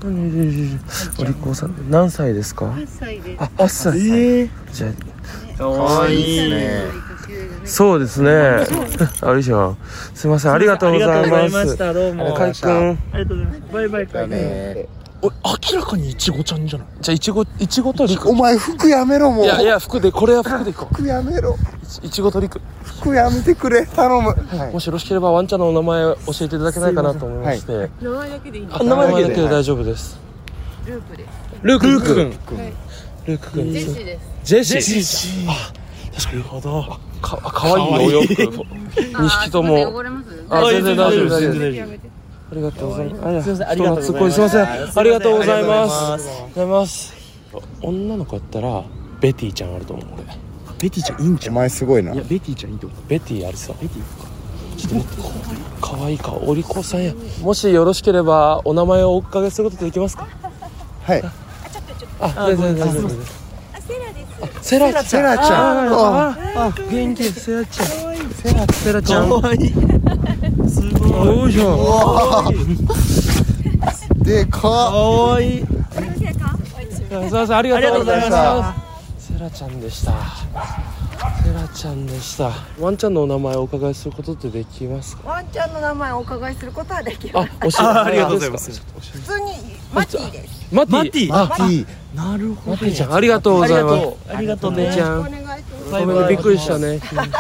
お利口さん、何歳ですか。八歳ですあ、8歳。ええじゃあ、かわいい二歳ねより年上だねそうですね。 <laughs> あれじゃん。すいません、ありがとうございます。たどうもかいくん、ありがとうございますバイバイだねお明らかにイチゴちゃんじゃないじゃあ、いちご、いちごとりくお。前服やめろもういや、いや、服で、これは服でいこ服やめろう。いちごとりく。服やめてくれ頼むはいもしよろしければ、ワンちゃんのお名前教えていただけないかなと思いまして。名前だけでいいのあ名前だけで大丈夫です。ループですルークくん。はいルークくん。ジェシーですジェシー。なるほど。か、かわいいお洋服。二匹ともあすいません汚れますあ、全然大丈夫、大丈夫。やめてありがとうございます。すいませんありがとうございますすいません、ありがとうございあまりがとうございす。ありがとうございます。女の子やったら、ベティちゃんあると思う、俺。ベティちゃんいいんじおゃん前すごいないやベティちゃんいいと思うベティありそう。ベティちょっと待って、かわいいか、お利口さんや。もしよろしければ、お名前をお伺いすることできますかはいあ、全然大丈夫です。あ、セラです。セラちゃん。セラちゃん。ああ、元気です、セラちゃん。セラ、セラちゃん。かわいいすごいどうしよう。でかかわいいすみません、ありがとうございまありした。セがとうござラちゃんでした。セラちゃんでした。ワンちゃんのお名前をお伺いすることってできますか。ワンちゃんの名前をお伺いすることはできまあす。、おしありがとうございます。普通にマティです。マティ、マティあ、いいなるほマどティちゃん、ありがとうございます。ありがとうありがとうマティちねゃおん願、いします。ごめんびっくりしたね。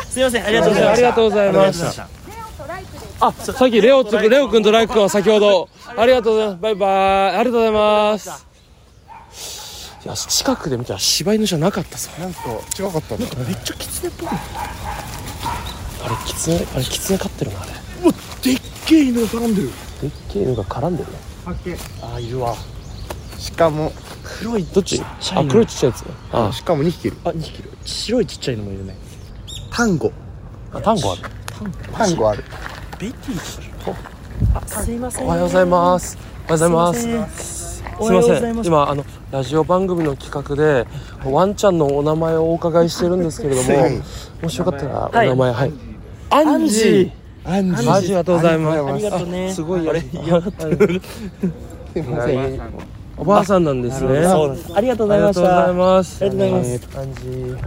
すいませんありがとうございましたありがとうございましたありがとうございましたレオとライクです。あ、ささっきレオつく、レオ君とライク君は先ほど、ありがとうございます。バイバイ。ありがとうございます。いや、近くで見たら柴犬じゃなかったぞ。なんか、違かったなんかめっちゃキツネっぽい。あれ、キツネ、あれ、キツネ飼ってるな、あれ。うわ、でっけえ犬が絡んでる。でっけえ犬が絡んでるね。あ、いるわ。しかも黒いどっちあ、黒いちっちゃいやつ。あしかも2匹いるあ、2匹いる。白いちっちゃいのもいるね。タンゴあ、単語ある。タンゴあるベティあ、すいません。おはようございます。おはようございます。す。すみません。今あのラジオ番組の企画でワンちゃんのお名前をお伺いしてるんですけれども、もしよかったらおはい名前はい。アンジアンジー。アンジーありがとうございます。ありがとうね。すごいあれ嫌だった。すいませんおばあさんなんですね。そうなんですありがとうございましありがとうござたい。ます。ありがとうござまいす。アンジー。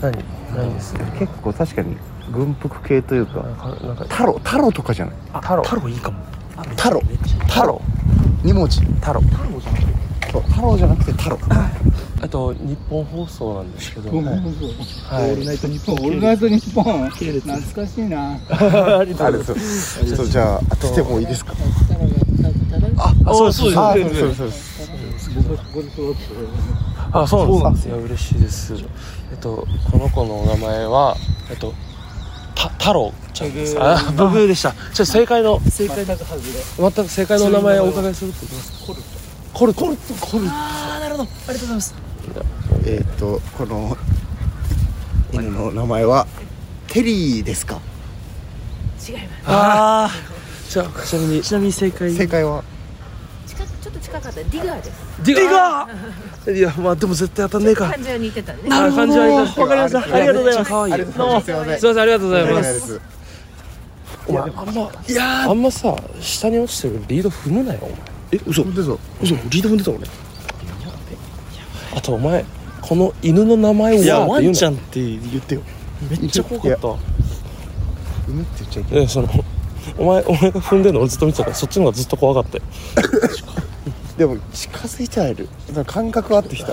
何何です。結構確かに軍服系というなんかかなんかタロタロとかじゃないタロ太郎いいかも。タロタロ2文字タロ。そうタロじゃなくてタロあと日本放送なんですけど。僕はい。もそうオールナイトニッポンオールナイトニッポン懐かしいなあれですそうじゃあ来てもいいですかあ、そうそうあでそうす。ですそうですあ、そうなんですよ。いや嬉しいです。えっと、この子のお名前は、えっと、た、太郎ちゃんです。あ、ブブーでした。ちょ、正解の、正解なはず全く正解のお名前をお伺いするって言いますコルト。コルト。コルト。あー、なるほど。ありがとうございます。えっとこの犬の名前はテリーですかあじゃあ、ちなみにー、、ちなみに正解。正解は近くちょっと近かったディガーですディガーいや、まあでも絶対当たんねえか。感じは似てたねなるほど。わわかりましたありがとうございます。可愛い。ありがとうございますすいませんすいません、ありがとうござい正ます。解ですお前、あんま、いやあんまさ、下に落ちてるリード踏むなよ、お前。え嘘嘘嘘リード踏んでた俺あとお前この犬の名前をいや、ワンちゃんんって言ってよ。めっちゃ怖かった犬って言っちゃいけないえそのお前お前が踏んでるの俺ずっと見てたからそっちの方がずっと怖かったよでも近づいてはいるなんか感覚は合ってきた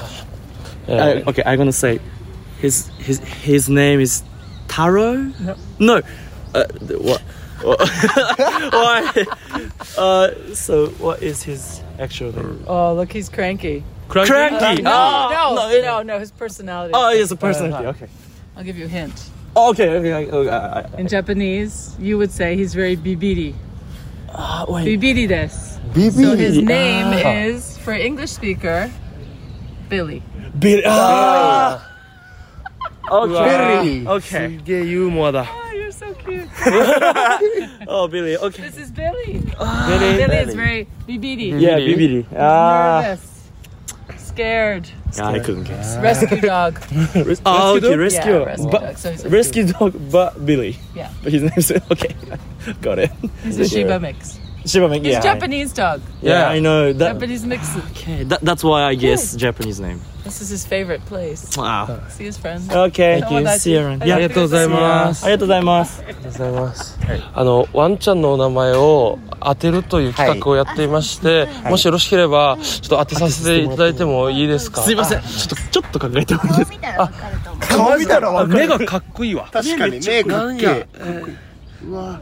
え I, ー okay, I'm gonna say his his his name is Taro. No, Uh, th- what? <laughs> what- Why? Uh, so what is his actual name? Oh, look, he's cranky. Cranky? Cranky. No, Ah, no, no, no, his personality. Oh, he has a personality. Okay. I'll give you a hint. Oh, okay. Okay. okay, okay, I- I- In Japanese, you would say he's very bibiri. Ah, wait. Bibiri des. BB So his name Ah. is, for English speaker, Billy. Bill- ah. Okay. Billy. Okay. すげえユーモアだ Oh, you're so cute. Oh, Billy. Okay. This is Billy. Ah, Billy. Billy is very bibiri. Yeah, Billy. Ah. Nervous. Scared. Ah. Yeah, I couldn't guess. Rescue dog. Oh, okay. <laughs> Rescue. Yeah, rescue But- dog. So he's a, Rescue dog, but Billy. Yeah. But his name's <laughs> okay. Got it. he's a Shiba mix. Shiba Mink. He's Yeah. Japanese dog. Yeah, I know that. Japanese mix. Okay, that, that's why I guess Japanese name. This is his favorite place. Wow. See his friends. Okay. Thank you. See you around. ありがとうございま Yeah. ありがとうございます。ありがとうございます、あのワンちゃんのお名前を当てるという企画をやっていまして、もしよろしければちょっと当てさせていただいてもいいですかすいません。ちょっとちょっと考えてもいいですか。見たらわかると思う顔見たらあわかる目がかっこいいわ確かに目かっけえ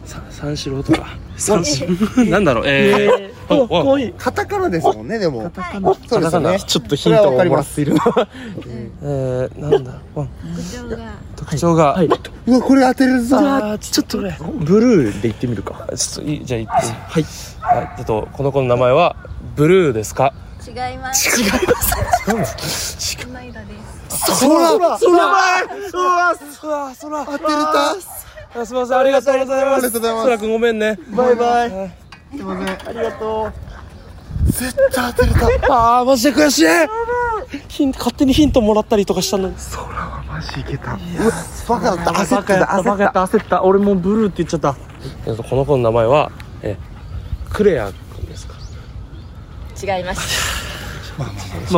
さ三四郎とか三四郎なんだろうえー、おお可愛い。カタカナですもんねでもカタカナそうですよねちょっとヒそンれはトわをかりもらまっすいるえー、なんだワン特徴が特徴が、はい。うわこれ当てれるぞあーちょっとねブルーで行ってみるか。ちょっといいじゃあ行ってはい、はい、えっとこの子の名前はブルーですか違います違います違う色です空空うわうわそら当てれたあすみませんありがとうございますありがとうございますそらくんごめんねバイバイすいませんありがとう絶対当てれたあーマジで悔しいヒン勝手にヒントもらったりとかしたのにそマジいけたうわバカだった焦ってた焦バカっやった焦った。俺もブルーって言っちゃった。えっとこの子の名前はえクレアくんですか違いますまあ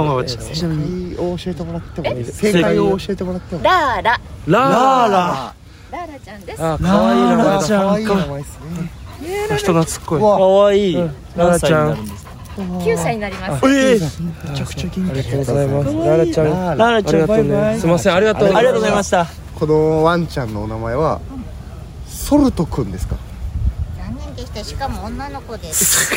まあまあちょっとた正解を教えてもらってもいいですか正解を教えてもらってもラーララーララーラちゃんですあーかわいい名前あだー可愛い名前ですね人懐っこいわ可愛い。ララ何ち歳ゃにんなるんですか。 9歳になりますええ。めちゃくちゃ元気ありあがりがとうございますララちゃんあララララりちゃがんとバうイバイ。ねすいませんありがとうありがとうございました。このワンちゃんのお名前はソルトくんですかあ人しかも女の子です。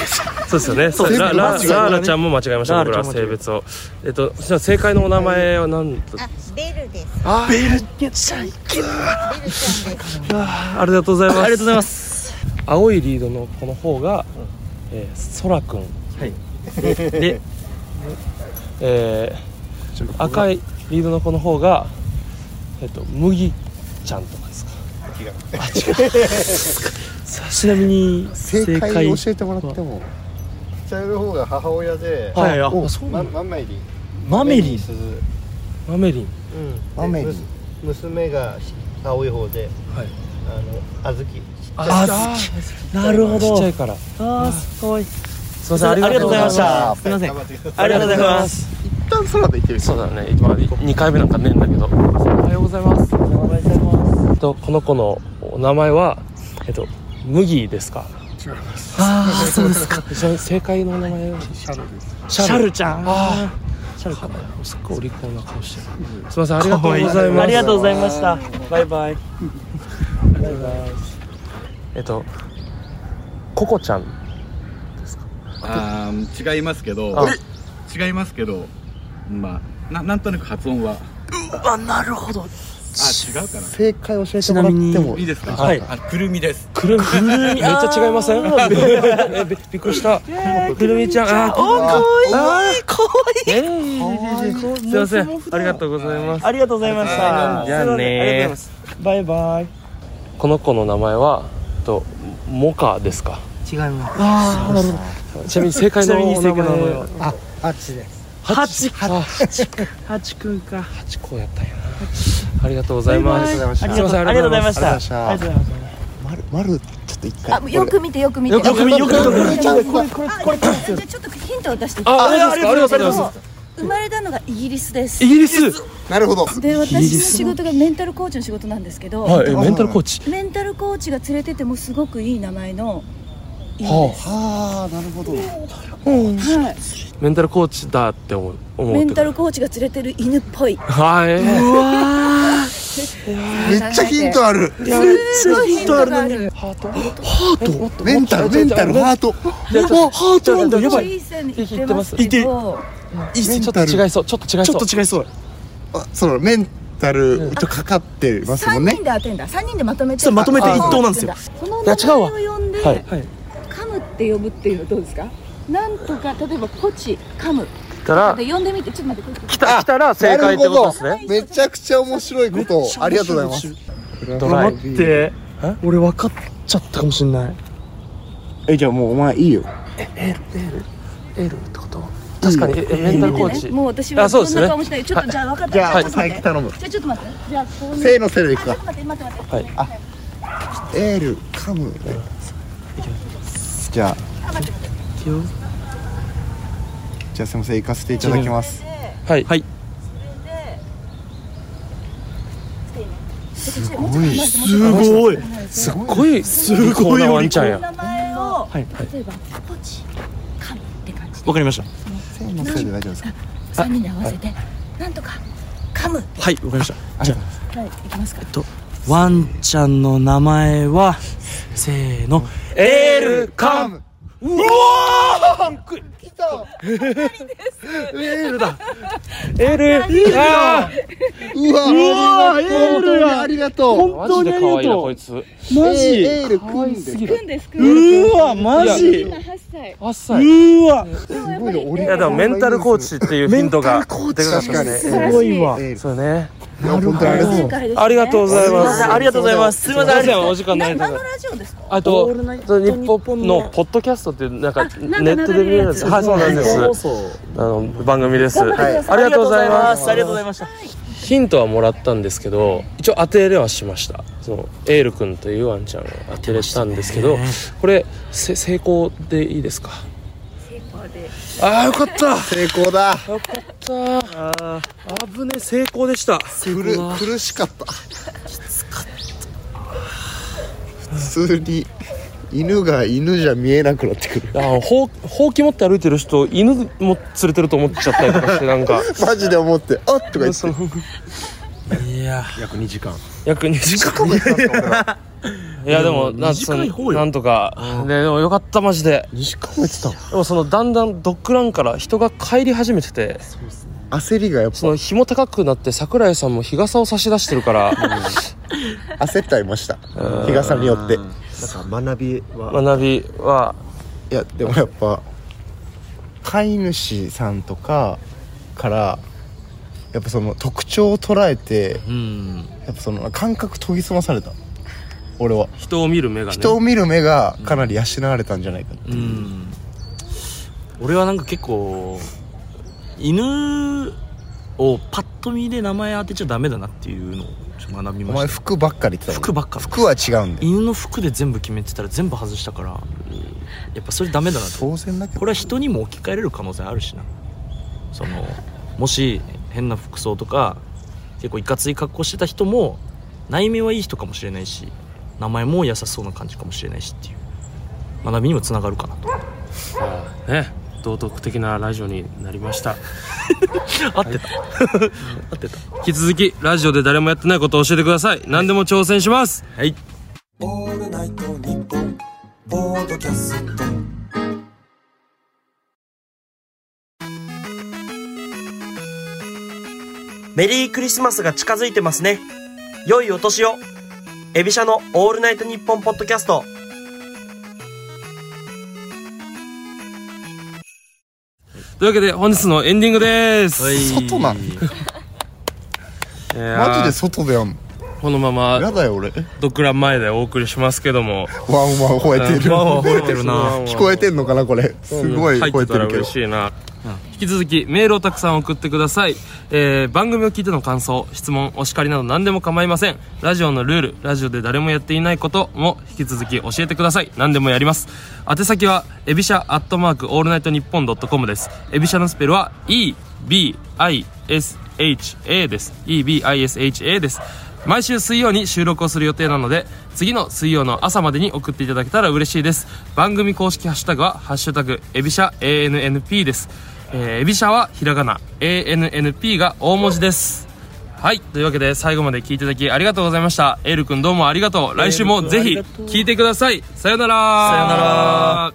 そうですよね。そう全部ラララ間違えたねーラちゃんも間違えました。ラー僕ラちゃらん性別を。えっと、じゃあ正解のお名前は何だあ、ベルです。あベルちゃん。ベルちゃんです。ありがとうございます。。ありがとうございます青いリードのこの方が、えー、そらくん。でで、えー、赤いリードの子の方が、えっと、麦ちゃんとかですか。あ、違う。さあちなみに正正解解教えてもらっても茶色い方が母親で、はいあおそうまマメリン、マメリン鈴、マメリン。マメリン、娘が青い方で、はい、あの小豆、あなるほどちっちゃいから。ああすごい。すみません、ありがとうございました。すみません、ありがとうございます。一旦空で行ってみそうだね、まあ、二回目なんかねえんだけど。おはようございます。おはようございます。と、この子のお名前は、えっと、麦ですか。違いますああ、そうですか。正解のお名前は。シャルですシャルちゃん。ああ。シャルか。すっごいお利口な顔してる。すみません、ありがとうございます。ありがとうございました。バイバイ。バイバイ。えっと。ココちゃん。あー違いますけどあ違いますけどまあななんとなく発音はうわ、なるほど。あ違うかな正解教えてもらってもいいですかはいあくるみですくるみくるみ <laughs> めっちゃ違いませんあー <laughs> えびびっくりしたくるみちゃんあーお、かわいい。かわいい。すいませんありがとうございますありがとうございました。じゃありがあねとうございます。バイバイ。この子の名前はえっとモカですか違います。あーなるほどちなみに正解のお名前はあ、ハッチです。ハチハチハチくんか。ハチこうやったんやなありがとうございますバイバイすいませんありがとうございましたありがとうございましたまるまるちょっと一回あよく見てよく見てよく見てよく見てこれちゃんとこれこれこれじゃあちょっとヒントを出していいああありがとうございますあの生まれたのがイギリスですイギリスなるほどで私イギのリス仕事がメンタルコーチの仕事なんですけどはいえメンタルコーチメンタルコーチが連れててもすごくいい名前の犬はですはあなるほどはいメンタルコーチだって思う思メうっンてタルコーチが連れてる犬っぽいはいわめっちゃヒントあるいやめっちゃヒントあるのにハートハートメンタルメンタルハートいやちょっとハートなんだやばい小さいに言言ってます言ってけどちょっと違いそうちょっと違いそうちょっと違いそうあそのメンタルとかかってますもん三ね人で当てんだ三人でまとめてそうまとめて一等なんですよこのいや違名うわ前を呼んではいカムって呼ぶっていうのどうですかなんとか例えばポチカムからで呼んでみてちょっと待って来た来たら正解ってことですねめちゃくちゃ面白いことをありがとうございますドライ待って俺分かっちゃったかもしれない。えじゃあもうお前いいよえ、エル、エル。エルってこと確かにえメンタルコーチもう私はあそうそでんすなね顔しないちょっとじゃあ分かったじゃあはいちょっと待って佐伯頼むじゃあちょっと待ってじゃあこうせーのせーのいくかあちょっと待って待って待ってはいあエールカムじゃああ待って待ってじゃあすみません行かせていただきますはいはいすごいすごいすっごいすごいワンちゃんや名前をはいはい例えばポチカムって感じわかりましたせーのせーの大丈夫ですか三人で合わせてなんとかカムはい、わかりました。じゃあ、はいいきますかワンちゃんの名前は、せーの。エルカムうわー来たエルだ。エルいいなううわわありがとうエールやありがとう本当にありがとうマジで可愛いなこいつマジえエール組んで組んです組んでうわ、マジ今8歳8うーわいやでもメンタルコーチっていうヒントがでかかったです確かねにすごいわそうねなるほどありがとうございますありがとうございますすいませんすいませんお時間ないのであと日本のポッドキャストっていうなんかなんネかットで見れるんです流れるはやついそうなんでそうそうすあの番組ですはいはいありがとうございますありがとうございました。ヒントはもらったんですけど一応当てれはしましたそのエール君というワンちゃんを当てれしたんですけどこれせ成功でいいですかああよかった成功だよかったあぶね成功でした苦苦しかった普通に犬が犬じゃ見えなくなってくるあほうほうき持って歩いてる人犬も連れてると思っちゃったりとかしてなんかマジで思って「あっ!」とか言っていや約2時間約2時間いやでもなんそのなんとかででもよかったマジで2時間もってたでもそのだんだんドッグランから人が帰り始めてて焦りがやっぱその日も高くなって桜井さんも日傘を差し出してるから焦ってありました日傘によってなんか学びは学びはいやでもやっぱ飼い主さんとかからやっぱその特徴を捉えて、やっぱその感覚研ぎ澄まされた俺は人を見る目がね人を見る目がかなり養われたんじゃないかっていう、俺はなんか結構犬をパッと見で名前当てちゃダメだなっていうのをちょっと学びおま前した服ばっかり言ってた服ばっか服は違うんだよ犬の服で全部決めてたら全部外したからやっぱそれダメだなと当然だこれは人にも置き換えれる可能性あるしなそのもし変な服装とか結構いかつい格好してた人も内面はいい人かもしれないし名前も優しそうな感じかもしれないしっていう学びにもつながるかなとね道徳的なラジオになりま <laughs> した合ってた、 <laughs> 合ってた引き続きラジオで誰もやってないことを教えてください何でも挑戦しますはいオールナイトニッポンポードキャストメリークリスマスが近づいてますね。良いお年を。エビシャのオールナイトニッポンポッドキャスト。というわけで本日のエンディングです、外なんマジで外でやんのこのままやだよ俺ドッグラン前でお送りしますけどもワンワン吠えてるワンワン吠えてるな <laughs> 聞こえてんのかなこれすごい入吠ってえてたらるけど嬉しいな、引き続きメールをたくさん送ってください、えー番組を聞いての感想質問お叱りなど何でも構いませんラジオのルールラジオで誰もやっていないことも引き続き教えてください何でもやります宛先はエビシャアットマークオールナイトニッポンドットコムですエビシャのスペルは EBISHA です EBISHA です毎週水曜に収録をする予定なので次の水曜の朝までに送っていただけたら嬉しいです番組公式ハッシュタグは「ハッシュタグエビシャ ANNP」です、えー、エビシャはひらがな ANNP が大文字ですはいというわけで最後まで聞いていただきありがとうございましたエール君どうもありがとう来週もぜひ聞いてくださいさよならさよなら